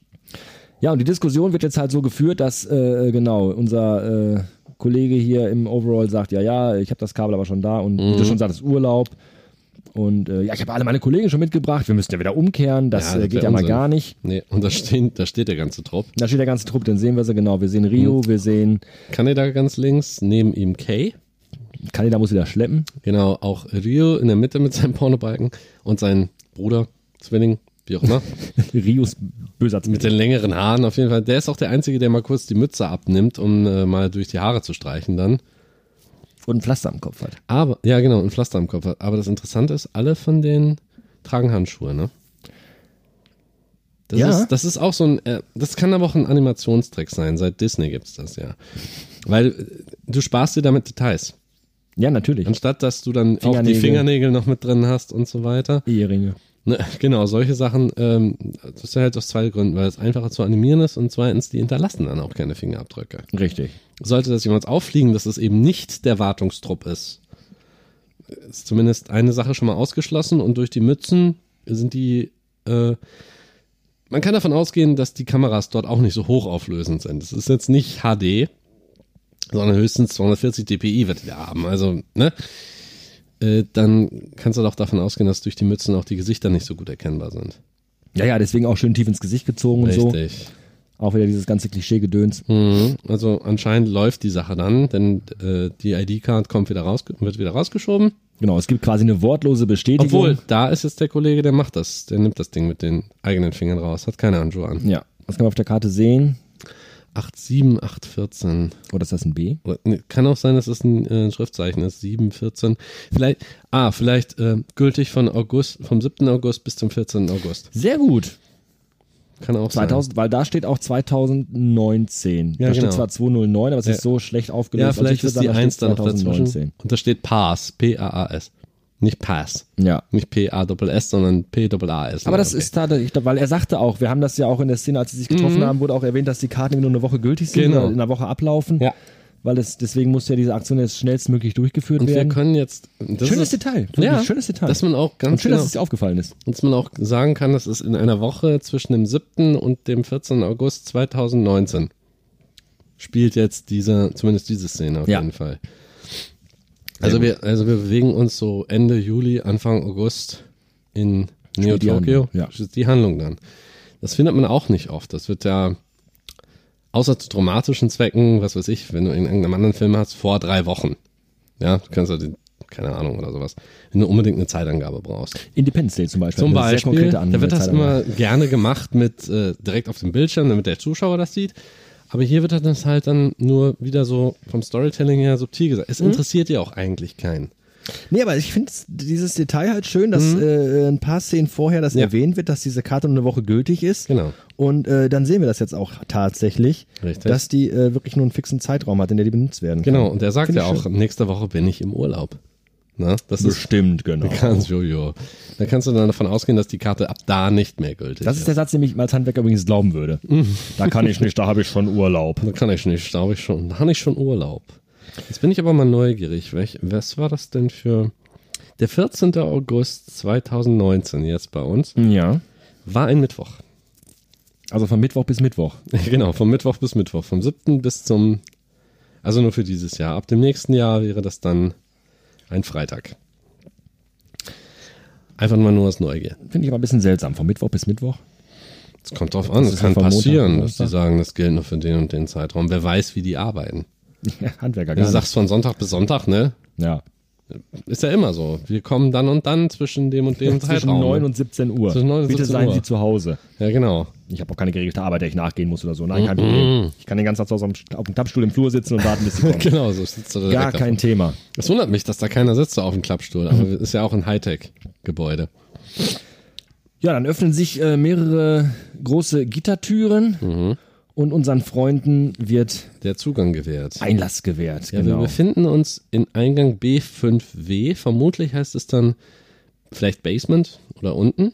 Speaker 2: Ja, und die Diskussion wird jetzt halt so geführt, dass äh, genau unser äh, Kollege hier im Overall sagt, ja, ja, ich habe das Kabel aber schon da und wie du
Speaker 3: Mhm.
Speaker 2: schon sagtest, Urlaub. Und äh, ja, ich habe alle meine Kollegen schon mitgebracht, wir müssen ja wieder umkehren, das,
Speaker 3: Ja, das
Speaker 2: äh, geht
Speaker 3: wär
Speaker 2: ja mal
Speaker 3: Unsinn.
Speaker 2: gar nicht.
Speaker 3: nee, und da, stehen, da steht der ganze Trupp.
Speaker 2: Da steht der ganze Trupp, den sehen wir so genau. Wir sehen Rio,
Speaker 3: Mhm.
Speaker 2: wir sehen
Speaker 3: Kaneda ganz links, neben ihm Kay.
Speaker 2: Kaneda muss wieder
Speaker 3: [laughs]
Speaker 2: schleppen.
Speaker 3: Genau, auch Rio in der Mitte mit seinem Pornobalken und sein Bruder, Zwilling, wie auch immer, [laughs]
Speaker 2: Rios böser
Speaker 3: mit den längeren Haaren auf jeden Fall. Der ist auch der Einzige, der mal kurz die Mütze abnimmt, um äh, mal durch die Haare zu streichen dann.
Speaker 2: und ein Pflaster am Kopf hat.
Speaker 3: Aber, ja genau, ein Pflaster am Kopf hat. Aber das Interessante ist, alle von den tragen Handschuhe, ne? Das,
Speaker 2: Ja.
Speaker 3: ist, das ist auch so ein, äh, das kann aber auch ein Animationstrick sein. Seit Disney gibt's das ja. Weil äh, du sparst dir damit Details.
Speaker 2: Ja, natürlich.
Speaker 3: Anstatt, dass du dann auch die
Speaker 2: Fingernägel.
Speaker 3: Fingernägel noch mit drin hast und so weiter.
Speaker 2: Eheringe.
Speaker 3: Ne, genau, solche Sachen, ähm, das ist halt aus zwei Gründen, weil es einfacher zu animieren ist und zweitens, die hinterlassen dann auch keine Fingerabdrücke.
Speaker 2: Richtig.
Speaker 3: Sollte das jemals auffliegen, dass es eben nicht der Wartungstrupp ist, ist zumindest eine Sache schon mal ausgeschlossen und durch die Mützen sind die, äh, man kann davon ausgehen, dass die Kameras dort auch nicht so hochauflösend sind. Es ist jetzt nicht HD, sondern höchstens 240 dpi wird die da haben. Also, ne? Äh, Dann kannst du doch davon ausgehen, dass durch die Mützen auch die Gesichter nicht so gut erkennbar sind.
Speaker 2: Ja, ja, deswegen auch schön tief ins Gesicht gezogen und so.
Speaker 3: Richtig.
Speaker 2: Auch wieder dieses ganze Klischee-Gedöns.
Speaker 3: Mhm. Also anscheinend läuft die Sache dann, denn äh, die ID-Card kommt wieder raus, wird wieder rausgeschoben.
Speaker 2: Genau, es gibt quasi eine wortlose Bestätigung.
Speaker 3: Obwohl, da ist jetzt der Kollege, der macht das. Der nimmt das Ding mit den eigenen Fingern raus, hat keine Handschuhe an.
Speaker 2: Ja, das kann man auf der Karte sehen.
Speaker 3: 8,7, 8,14.
Speaker 2: Oder ist das ein B?
Speaker 3: Oder, Oh, nee, Kann auch sein, dass es ein äh, Schriftzeichen ist. 7, 14. Vielleicht, ah, vielleicht äh, gültig von August, vom 7. August bis zum 14. August.
Speaker 2: Sehr gut.
Speaker 3: Kann auch
Speaker 2: 2000, weil da steht auch 2019.
Speaker 3: Ja,
Speaker 2: da steht
Speaker 3: genau.
Speaker 2: zwar 2009, aber es
Speaker 3: Ja.
Speaker 2: ist so schlecht
Speaker 3: sein. Ja,
Speaker 2: aufgelöst. Also
Speaker 3: vielleicht ist die
Speaker 2: da
Speaker 3: 1 dann
Speaker 2: steht
Speaker 3: noch dazwischen. Und da steht PAS, P-A-A-S. Nicht PAS.
Speaker 2: Ja.
Speaker 3: Nicht P-A-S-S, sondern P-A-A-S.
Speaker 2: Aber das ist tatsächlich, weil er sagte auch, wir haben das ja auch in der Szene, als sie sich getroffen haben, wurde auch erwähnt, dass die Karten nur eine Woche gültig sind
Speaker 3: Mhm. Genau.
Speaker 2: oder in einer Woche ablaufen.
Speaker 3: Ja.
Speaker 2: Weil es, deswegen muss ja diese Aktion jetzt schnellstmöglich durchgeführt
Speaker 3: Und wir
Speaker 2: werden.
Speaker 3: können jetzt. Das
Speaker 2: Schönes
Speaker 3: ist,
Speaker 2: Detail. Wirklich
Speaker 3: Ja,
Speaker 2: schönes Detail.
Speaker 3: Dass man auch ganz
Speaker 2: Und schön,
Speaker 3: genau,
Speaker 2: dass es dir aufgefallen ist.
Speaker 3: dass man auch sagen kann, das ist in einer Woche zwischen dem 7. und dem 14. August 2019 spielt jetzt diese, zumindest diese Szene auf
Speaker 2: Ja.
Speaker 3: jeden Fall. Also wir, also wir bewegen uns so Ende Juli, Anfang August in Neo
Speaker 2: Spielt die
Speaker 3: Tokyo.
Speaker 2: Handlung, ja.
Speaker 3: Spielt Die Handlung dann. Das findet man auch nicht oft. Das wird ja außer zu dramatischen Zwecken, was weiß ich, wenn du in irgendeinem anderen Film hast, vor drei Wochen. Ja, du kannst ja den, keine Ahnung oder sowas. Wenn du unbedingt eine Zeitangabe brauchst.
Speaker 2: Independence Day zum Beispiel.
Speaker 3: Zum
Speaker 2: hat eine sehr
Speaker 3: Beispiel,
Speaker 2: konkrete
Speaker 3: da wird das
Speaker 2: Anwendung. halt
Speaker 3: immer gerne gemacht mit äh, direkt auf dem Bildschirm, damit der Zuschauer das sieht. Aber hier wird das halt dann nur wieder so vom Storytelling her subtil gesagt.
Speaker 2: Mhm.
Speaker 3: Es interessiert ja auch eigentlich keinen.
Speaker 2: Nee, aber ich finde dieses Detail halt schön, dass äh, ein paar Szenen vorher das
Speaker 3: Mhm. Ja.
Speaker 2: erwähnt wird, dass diese Karte nur eine Woche gültig ist.
Speaker 3: Genau.
Speaker 2: Und äh, dann sehen wir das jetzt auch tatsächlich,
Speaker 3: Richtig.
Speaker 2: dass die äh, wirklich nur einen fixen Zeitraum hat, in der die benutzt werden. kann.
Speaker 3: Genau, und er sagt
Speaker 2: Find
Speaker 3: ja
Speaker 2: ich
Speaker 3: auch,
Speaker 2: schön.
Speaker 3: nächste Woche bin ich im Urlaub. Na, das ist
Speaker 2: Bestimmt, genau.
Speaker 3: ganz jojo. Da kannst du dann davon ausgehen, dass die Karte ab da nicht mehr gültig
Speaker 2: Das ist
Speaker 3: ist.
Speaker 2: der Satz, den ich als Handwerker übrigens glauben würde.
Speaker 3: Mhm.
Speaker 2: da kann ich nicht, da habe ich schon Urlaub.
Speaker 3: Da kann ich nicht, da habe ich schon, da habe ich schon Urlaub. Jetzt bin ich aber mal neugierig. Welch, was war das denn für der 14. August 2019 jetzt bei uns?
Speaker 2: Ja.
Speaker 3: War ein Mittwoch. [laughs]
Speaker 2: Also von Mittwoch bis Mittwoch.
Speaker 3: Genau, vom Mittwoch bis Mittwoch, vom 7. bis zum, also nur für dieses Jahr. Ab dem nächsten Jahr wäre das dann ein Freitag. Einfach mal nur aus Neugier.
Speaker 2: Finde ich aber ein bisschen seltsam. Von Mittwoch bis Mittwoch. [laughs]
Speaker 3: Es kommt drauf an,
Speaker 2: Das
Speaker 3: es
Speaker 2: ist
Speaker 3: kann
Speaker 2: vom Montag bis
Speaker 3: passieren, dass
Speaker 2: Donnerstag.
Speaker 3: die sagen, das gilt nur für den und den Zeitraum. Wer weiß, wie die arbeiten.
Speaker 2: Handwerker,
Speaker 3: Wenn
Speaker 2: gar
Speaker 3: du
Speaker 2: nicht.
Speaker 3: sagst von Sonntag bis Sonntag, ne?
Speaker 2: Ja.
Speaker 3: Ist ja immer so. Wir kommen dann und dann zwischen dem und dem
Speaker 2: Zwischen
Speaker 3: Zeitraum. ne?
Speaker 2: 9 und 17 Uhr.
Speaker 3: Zwischen 9 und
Speaker 2: Bitte
Speaker 3: 17
Speaker 2: seien
Speaker 3: Uhr.
Speaker 2: Sie zu Hause.
Speaker 3: ja, genau. [laughs]
Speaker 2: Ich habe auch keine geregelte Arbeit, der ich nachgehen muss oder so. Nein, kein Problem. Ich kann den ganzen Tag zu Hause am- auf dem Klappstuhl im Flur sitzen und warten, bis sie kommen.
Speaker 3: Genau, so sitzt du da
Speaker 2: Gar
Speaker 3: direkt auf-
Speaker 2: kein Mhm. Thema.
Speaker 3: Es wundert mich, dass da keiner sitzt so auf dem Klappstuhl, aber ist ja auch ein Hightech-Gebäude.
Speaker 2: Ja, dann öffnen sich äh, mehrere große Gittertüren
Speaker 3: Mhm.
Speaker 2: und unseren Freunden wird
Speaker 3: Der Zugang gewährt.
Speaker 2: Einlass gewährt.
Speaker 3: Ja, Also wir
Speaker 2: genau.
Speaker 3: befinden uns in Eingang B5W. Vermutlich heißt es dann vielleicht Basement oder unten.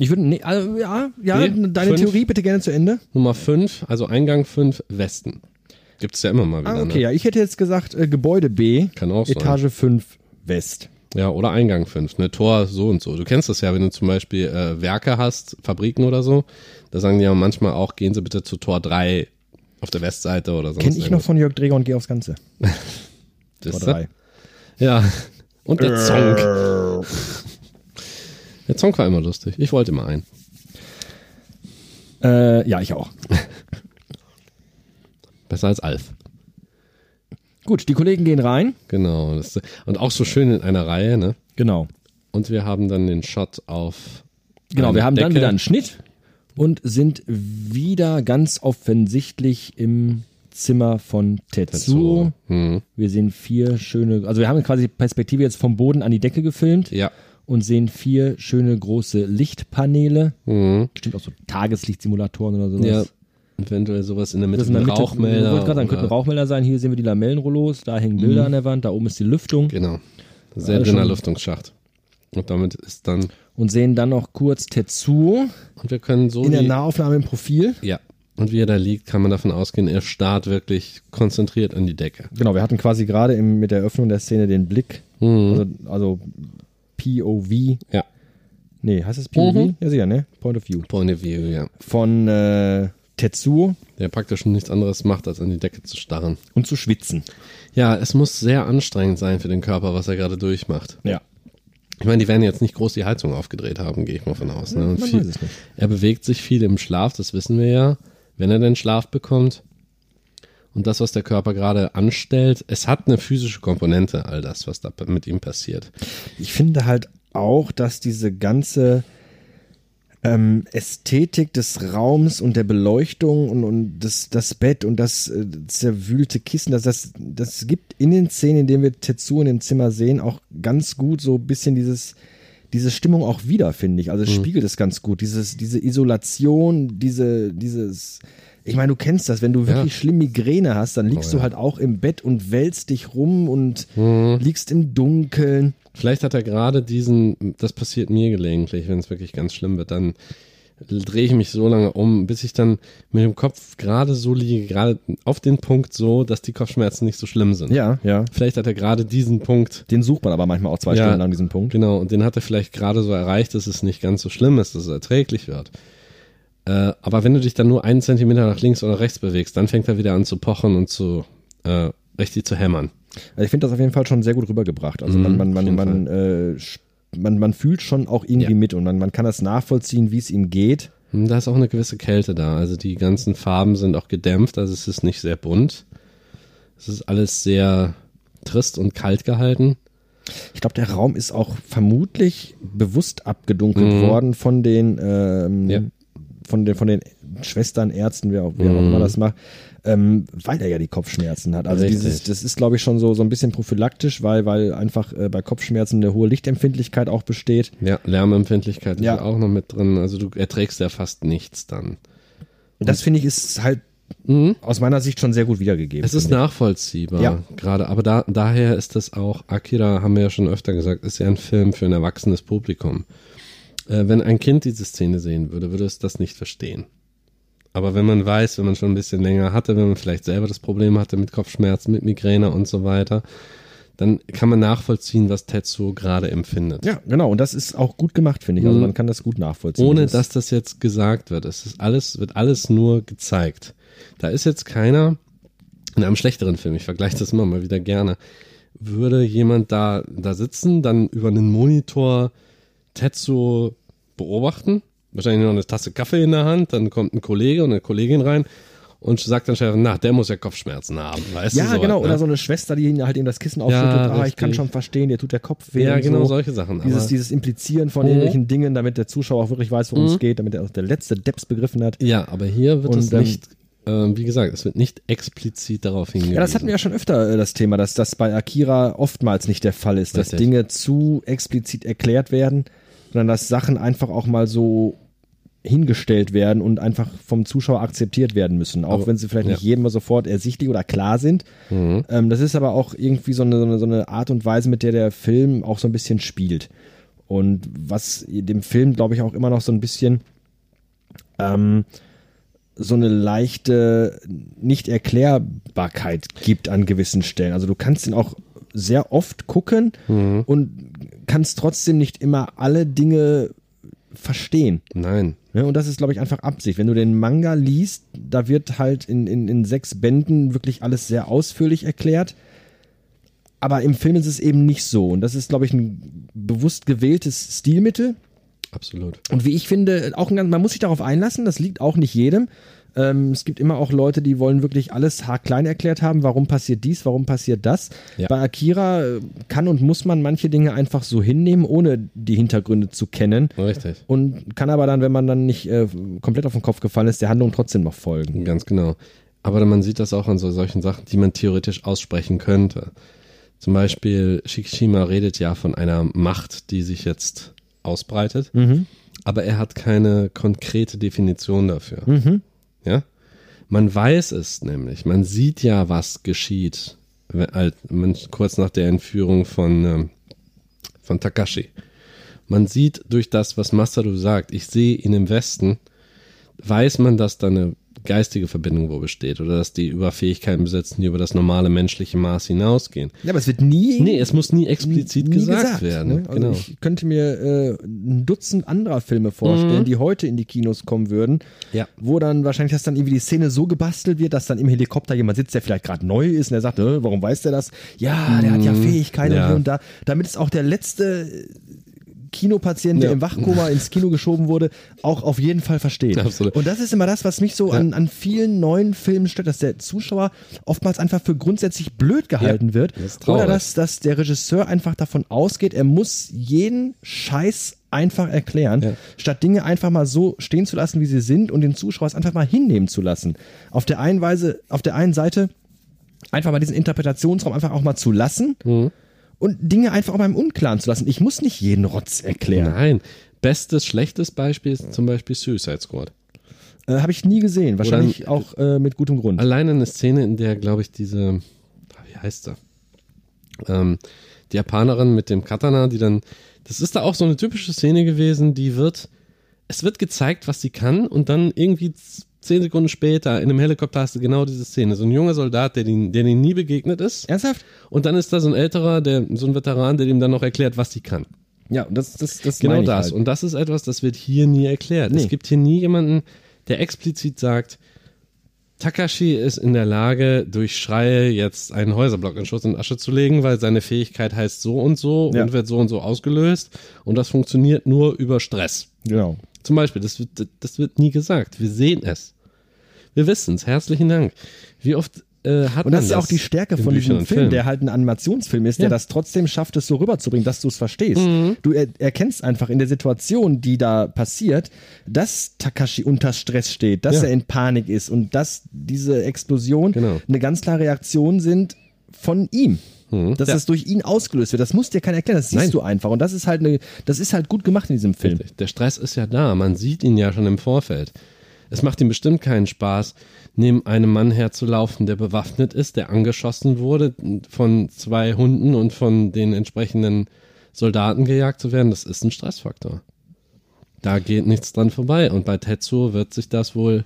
Speaker 2: Ich würde, nee, also, ja, ja,
Speaker 3: Nee,
Speaker 2: deine
Speaker 3: fünf.
Speaker 2: Theorie bitte gerne zu Ende.
Speaker 3: Nummer 5, also Eingang 5 Westen. Gibt es ja immer mal wieder.
Speaker 2: Ah, okay,
Speaker 3: ne?
Speaker 2: ja, ich hätte jetzt gesagt äh, Gebäude B,
Speaker 3: Kann auch sein.
Speaker 2: Etage 5 West.
Speaker 3: Ja, oder Eingang 5, ne? Tor so und so. Du kennst das ja, wenn du zum Beispiel äh, Werke hast, Fabriken oder so. Da sagen die ja manchmal auch, gehen Sie bitte zu Tor 3 auf der Westseite oder sonst
Speaker 2: Kenne ich noch von Jörg Dreger und geh aufs Ganze.
Speaker 3: Tor
Speaker 2: Vor drei. Äh.
Speaker 3: Ja. Und der Zonk. Der Zonk war immer lustig. Ich wollte mal einen.
Speaker 2: Äh, ja, ich auch.
Speaker 3: Besser als Alf.
Speaker 2: Gut, die Kollegen gehen rein.
Speaker 3: Genau. Das, und auch so schön in einer Reihe, ne?
Speaker 2: Genau.
Speaker 3: Und wir haben dann den Shot auf. ähm,
Speaker 2: Genau, wir
Speaker 3: eine
Speaker 2: haben dann
Speaker 3: Decke.
Speaker 2: wieder einen Schnitt und sind wieder ganz offensichtlich im Zimmer von Tetsuo.
Speaker 3: Hm.
Speaker 2: Wir sehen vier schöne, also wir haben quasi Perspektive jetzt vom Boden an die Decke gefilmt
Speaker 3: Ja.
Speaker 2: und sehen vier schöne große Lichtpaneele.
Speaker 3: Mhm.
Speaker 2: Bestimmt auch so Tageslichtsimulatoren oder sowas.
Speaker 3: Ja, eventuell sowas in der Mitte
Speaker 2: Das ist in
Speaker 3: mit
Speaker 2: der Mitte. Ich
Speaker 3: Rauchmelder.
Speaker 2: wollte gerade sagen, könnte ein
Speaker 3: oder- Mhm.
Speaker 2: Rauchmelder sein. Hier sehen wir die Lamellenrollos, da hängen Bilder an der Wand, da oben ist die Lüftung
Speaker 3: Genau. Sehr
Speaker 2: Ja,
Speaker 3: dünner
Speaker 2: schon.
Speaker 3: Lüftungsschacht. Und damit ist dann.
Speaker 2: und sehen dann noch kurz Tetsuo
Speaker 3: Und wir können so.
Speaker 2: in der
Speaker 3: wie-
Speaker 2: Nahaufnahme im Profil.
Speaker 3: ja. Und wie er da liegt, kann man davon ausgehen, er starrt wirklich konzentriert an die Decke.
Speaker 2: Genau, wir hatten quasi gerade im- mit der Eröffnung der Szene den Blick, also, also POV,
Speaker 3: Ja.
Speaker 2: nee, heißt es POV?
Speaker 3: Mhm.
Speaker 2: Ja, sicher, ne? Point of View.
Speaker 3: Point of view, ja.
Speaker 2: Von äh, Tetsuo
Speaker 3: Der praktisch nichts anderes macht, als an die Decke zu starren.
Speaker 2: und zu schwitzen.
Speaker 3: Ja, es muss sehr anstrengend sein für den Körper, was er gerade durchmacht.
Speaker 2: Ja.
Speaker 3: Ich meine, die werden jetzt nicht groß die Heizung aufgedreht haben, gehe ich mal von aus. Ne? Und
Speaker 2: Man
Speaker 3: viel,
Speaker 2: weiß es nicht.
Speaker 3: Er bewegt sich viel im Schlaf, das wissen wir ja, wenn er denn Schlaf bekommt. Und das, was der Körper gerade anstellt, es hat eine physische Komponente, all das, was da mit ihm passiert.
Speaker 2: Ich finde halt auch, dass diese ganze ähm, Ästhetik des Raums und der Beleuchtung und, und das, das Bett und das äh, zerwühlte Kissen, dass das, das gibt in den Szenen, in denen wir Tetsu in dem Zimmer sehen, auch ganz gut so ein bisschen dieses, diese Stimmung auch wieder, finde ich. Also es spiegelt es ganz gut. Dieses, diese Isolation, diese, dieses. Ich meine, du kennst das, wenn du wirklich schlimm Migräne hast, dann liegst du halt auch im Bett und wälzt dich rum und liegst im Dunkeln.
Speaker 3: Vielleicht hat er gerade diesen, das passiert mir gelegentlich, wenn es wirklich ganz schlimm wird, dann drehe ich mich so lange um, bis ich dann mit dem Kopf gerade so liege, gerade auf den Punkt so, dass die Kopfschmerzen nicht so schlimm sind.
Speaker 2: Ja, ja.
Speaker 3: Vielleicht hat er gerade diesen Punkt
Speaker 2: Den sucht man aber manchmal auch zwei
Speaker 3: Ja.
Speaker 2: Stunden lang, diesen Punkt.
Speaker 3: Genau, und den hat er vielleicht gerade so erreicht, dass es nicht ganz so schlimm ist, dass es erträglich wird. Äh, aber wenn du dich dann nur einen Zentimeter nach links oder rechts bewegst, dann fängt er wieder an zu pochen und zu äh, richtig zu hämmern.
Speaker 2: Also ich finde das auf jeden Fall schon sehr gut rübergebracht. Also man, man, man,
Speaker 3: Mhm, jeden
Speaker 2: man, äh, sp- man, man fühlt schon auch irgendwie
Speaker 3: Ja.
Speaker 2: mit und man, man kann das nachvollziehen, wie es ihm geht.
Speaker 3: Und Hm, da ist auch eine gewisse Kälte da. Also die ganzen Farben sind auch gedämpft, also es ist nicht sehr bunt. Es ist alles sehr trist und kalt gehalten.
Speaker 2: Ich glaube, der Raum ist auch vermutlich bewusst abgedunkelt worden von den, ähm,
Speaker 3: Mhm. Ja.
Speaker 2: von den, von den Schwestern, Ärzten, wer auch, wer auch
Speaker 3: Mhm.
Speaker 2: immer das macht, ähm, weil er ja die Kopfschmerzen hat. Also
Speaker 3: Richtig.
Speaker 2: dieses, das ist, glaube ich, schon so, so ein bisschen prophylaktisch, weil, weil einfach äh, bei Kopfschmerzen eine hohe Lichtempfindlichkeit auch besteht.
Speaker 3: Ja, Lärmempfindlichkeit ist
Speaker 2: Ja.
Speaker 3: ja auch noch mit drin. Also du erträgst ja fast nichts dann. Mhm.
Speaker 2: Das finde ich ist halt aus meiner Sicht schon sehr gut wiedergegeben.
Speaker 3: Es Mhm. ist
Speaker 2: finde
Speaker 3: nachvollziehbar,
Speaker 2: Ja.
Speaker 3: gerade. Aber da, daher ist das auch, Akira, haben wir ja schon öfter gesagt, ist ja ein Film für ein erwachsenes Publikum. Äh, wenn ein Kind diese Szene sehen würde, würde es das nicht verstehen. Aber wenn man weiß, wenn man schon ein bisschen länger hatte, wenn man vielleicht selber das Problem hatte mit Kopfschmerzen, mit Migräne und so weiter, dann kann man nachvollziehen, was Tetsuo gerade empfindet.
Speaker 2: ich. ja, genau. Und das ist auch gut gemacht, finde ich. Also
Speaker 3: Mhm.
Speaker 2: man kann das gut nachvollziehen.
Speaker 3: Ohne
Speaker 2: Das-
Speaker 3: dass das jetzt gesagt wird. Es ist alles, wird alles nur gezeigt. Da ist jetzt keiner in einem schlechteren Film, ich vergleiche das immer mal wieder gerne, würde jemand da, da sitzen, dann über einen Monitor Tetsuo beobachten, wahrscheinlich noch eine Tasse Kaffee in der Hand, dann kommt ein Kollege und eine Kollegin rein und sagt dann schnell, na, der muss ja Kopfschmerzen haben, weißt du?
Speaker 2: Ja,
Speaker 3: so,
Speaker 2: genau.
Speaker 3: ne?
Speaker 2: Oder so eine Schwester, die ihn halt eben das Kissen aufschüttelt. ah, ich
Speaker 3: richtig.
Speaker 2: kann schon verstehen, dir tut der Kopf weh.
Speaker 3: Ja,
Speaker 2: und
Speaker 3: genau
Speaker 2: so.
Speaker 3: solche Sachen.
Speaker 2: Dieses,
Speaker 3: aber-
Speaker 2: dieses Implizieren von
Speaker 3: Mhm.
Speaker 2: irgendwelchen Dingen, damit der Zuschauer auch wirklich weiß, worum es geht, damit er auch der letzte Depps begriffen hat.
Speaker 3: ja, aber hier wird
Speaker 2: Und,
Speaker 3: es
Speaker 2: ähm,
Speaker 3: nicht, ähm, wie gesagt, es wird nicht explizit darauf hingewiesen.
Speaker 2: Ja, das hatten wir ja schon öfter äh, das Thema, dass das bei Akira oftmals nicht der Fall ist, dass
Speaker 3: Richtig.
Speaker 2: Dinge zu explizit erklärt werden, sondern dass Sachen einfach auch mal so hingestellt werden und einfach vom Zuschauer akzeptiert werden müssen, auch
Speaker 3: Aber-
Speaker 2: wenn sie vielleicht
Speaker 3: ja. Mhm.
Speaker 2: nicht jedem mal sofort ersichtlich oder klar sind. Ähm, das ist aber auch irgendwie so eine, so, eine, so eine Art und Weise, mit der der Film auch so ein bisschen spielt. Und was dem Film, glaube ich, auch immer noch so ein bisschen ähm, so eine leichte Nicht-Erklärbarkeit gibt an gewissen Stellen. Also du kannst ihn auch sehr oft gucken
Speaker 3: Mhm.
Speaker 2: und kannst trotzdem nicht immer alle Dinge verstehen.
Speaker 3: Nein.
Speaker 2: Ne? Und das ist, glaube ich, einfach Absicht. Wenn du den Manga liest, da wird halt in, in, in sechs Bänden wirklich alles sehr ausführlich erklärt. Aber im Film ist es eben nicht so. Und das ist, glaube ich, ein bewusst gewähltes Stilmittel.
Speaker 3: Absolut.
Speaker 2: Und wie ich finde, auch ein ganz, man muss sich darauf einlassen, das liegt auch nicht jedem. Ähm, es gibt immer auch Leute, die wollen wirklich alles haarklein erklärt haben, warum passiert dies, warum passiert das.
Speaker 3: Ja.
Speaker 2: Bei Akira äh, kann und muss man manche Dinge einfach so hinnehmen, ohne die Hintergründe zu kennen.
Speaker 3: Richtig.
Speaker 2: Und kann aber dann, wenn man dann nicht äh, komplett auf den Kopf gefallen ist, der Handlung trotzdem noch folgen.
Speaker 3: Ganz genau. Aber man sieht das auch an so solchen Sachen, die man theoretisch aussprechen könnte. Zum Beispiel Shikishima redet ja von einer Macht, die sich jetzt ausbreitet, aber er hat keine konkrete Definition dafür. Ja? Man weiß es nämlich, man sieht ja, was geschieht, wenn, als- man, kurz nach der Entführung von, ähm, von Takashi. Man sieht durch das, was Masaru sagt, ich sehe ihn im Westen, weiß man, dass da eine geistige Verbindung wo besteht oder dass die über Fähigkeiten besitzen, die über das normale menschliche Maß hinausgehen.
Speaker 2: Ja, aber es wird nie.
Speaker 3: Nee, es muss nie explizit
Speaker 2: nie
Speaker 3: gesagt, werden.
Speaker 2: ne? Also
Speaker 3: genau.
Speaker 2: Ich könnte mir äh, ein Dutzend anderer Filme vorstellen, die heute in die Kinos kommen würden,
Speaker 3: Mhm. Ja.
Speaker 2: wo dann wahrscheinlich, dass dann irgendwie die Szene so gebastelt wird, dass dann im Helikopter jemand sitzt, der vielleicht gerade neu ist und der sagt, äh, warum weiß der das? Ja, der hat ja Fähigkeiten
Speaker 3: Mhm. Ja.
Speaker 2: und hier und da. Damit ist auch der letzte Kinopatient, der
Speaker 3: Ja.
Speaker 2: im Wachkoma ins Kino geschoben wurde, auch auf jeden Fall versteht.
Speaker 3: Absolut.
Speaker 2: Und das ist immer das, was mich so an, an vielen neuen Filmen stört, dass der Zuschauer oftmals einfach für grundsätzlich blöd gehalten wird.
Speaker 3: das ist traurig.
Speaker 2: Oder dass, dass der Regisseur einfach davon ausgeht, er muss jeden Scheiß einfach erklären,
Speaker 3: Ja.
Speaker 2: statt Dinge einfach mal so stehen zu lassen, wie sie sind und den Zuschauer es einfach mal hinnehmen zu lassen. Auf der einen Weise, auf der einen Seite einfach mal diesen Interpretationsraum einfach auch mal zu lassen und Dinge einfach auch mal im Unklaren zu lassen. Ich muss nicht jeden Rotz erklären.
Speaker 3: Nein. Bestes, schlechtes Beispiel ist zum Beispiel Suicide Squad.
Speaker 2: Äh, Habe ich nie gesehen. Wahrscheinlich auch äh, mit gutem Grund.
Speaker 3: Alleine eine Szene, in der, glaube ich, diese, ah, wie heißt er? Ähm, die Japanerin mit dem Katana, die dann, das ist da auch so eine typische Szene gewesen, die wird, es wird gezeigt, was sie kann und dann irgendwie z- zehn Sekunden später in einem Helikopter hast du genau diese Szene. So ein junger Soldat, der den, der den nie begegnet ist.
Speaker 2: Ernsthaft?
Speaker 3: Und dann ist da so ein älterer, der, so ein Veteran, der ihm dann noch erklärt, was sie kann.
Speaker 2: Ja, und das, das, das
Speaker 3: Genau
Speaker 2: meine ich
Speaker 3: das.
Speaker 2: Halt.
Speaker 3: Und das ist etwas, das wird hier nie erklärt.
Speaker 2: Nee.
Speaker 3: Es gibt hier nie jemanden, der explizit sagt, Takashi ist in der Lage, durch Schreie jetzt einen Häuserblock in Schutt und Asche zu legen, weil seine Fähigkeit heißt so und so
Speaker 2: Ja.
Speaker 3: und wird so und so ausgelöst. Und das funktioniert nur über Stress.
Speaker 2: Genau.
Speaker 3: Zum Beispiel, das wird, das wird nie gesagt. Wir sehen es. Wir wissen es. Herzlichen Dank. Wie oft äh, hat
Speaker 2: Und
Speaker 3: man
Speaker 2: das ist ja auch die Stärke
Speaker 3: in
Speaker 2: von
Speaker 3: Büchern
Speaker 2: diesem
Speaker 3: und
Speaker 2: Film,
Speaker 3: Filmen?
Speaker 2: der halt ein Animationsfilm ist,
Speaker 3: Ja. Mhm.
Speaker 2: der das trotzdem schafft, es so rüberzubringen, dass du es verstehst. Du er erkennst einfach in der Situation, die da passiert, dass Takashi unter Stress steht, dass
Speaker 3: Ja.
Speaker 2: er in Panik ist und dass diese Explosion
Speaker 3: Genau.
Speaker 2: eine ganz klare Reaktion sind von ihm. Dass
Speaker 3: Mhm. Ja.
Speaker 2: das durch ihn ausgelöst wird. Das muss dir keiner erklären, das siehst
Speaker 3: Nein.
Speaker 2: du einfach. Und das ist halt eine, das ist halt gut gemacht in diesem Film.
Speaker 3: Richtig. Der Stress ist ja da. Man sieht ihn ja schon im Vorfeld. Es macht ihm bestimmt keinen Spaß, neben einem Mann herzulaufen, der bewaffnet ist, der angeschossen wurde, von zwei Hunden und von den entsprechenden Soldaten gejagt zu werden. Das ist ein Stressfaktor. Da geht nichts dran vorbei. Und bei Tetsuo wird sich das wohl,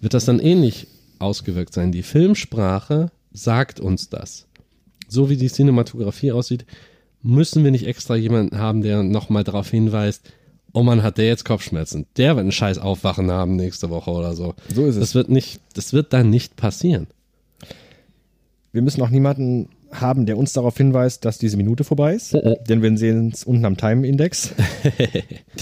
Speaker 3: wird das dann ähnlich ausgewirkt sein. Die Filmsprache sagt uns das. So wie die Cinematografie aussieht, müssen wir nicht extra jemanden haben, der nochmal darauf hinweist, oh man, hat der jetzt Kopfschmerzen. Der wird einen scheiß Aufwachen haben nächste Woche oder so.
Speaker 2: So ist es.
Speaker 3: Das wird nicht, das wird dann nicht passieren.
Speaker 2: Wir müssen auch niemanden haben, der uns darauf hinweist, dass diese Minute vorbei ist.
Speaker 3: Oh, oh.
Speaker 2: Denn wir sehen es unten am Time-Index.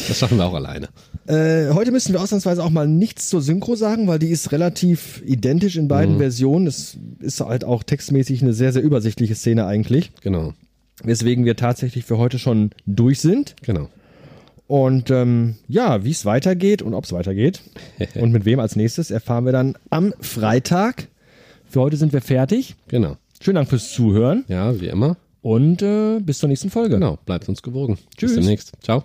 Speaker 3: Das schaffen wir auch alleine.
Speaker 2: Äh, heute müssen wir ausnahmsweise auch mal nichts zur Synchro sagen, weil die ist relativ identisch in beiden Versionen. Es ist halt auch textmäßig eine sehr, sehr übersichtliche Szene eigentlich.
Speaker 3: Genau,
Speaker 2: Weswegen wir tatsächlich für heute schon durch sind.
Speaker 3: genau.
Speaker 2: Und ähm, ja, wie es weitergeht und ob es weitergeht und mit wem als nächstes erfahren wir dann am Freitag. Für heute sind wir fertig.
Speaker 3: Genau.
Speaker 2: Schönen Dank fürs Zuhören
Speaker 3: Ja, wie immer.
Speaker 2: und äh, bis zur nächsten Folge.
Speaker 3: Genau. Bleibt uns gewogen.
Speaker 2: Tschüss.
Speaker 3: Bis demnächst. Ciao.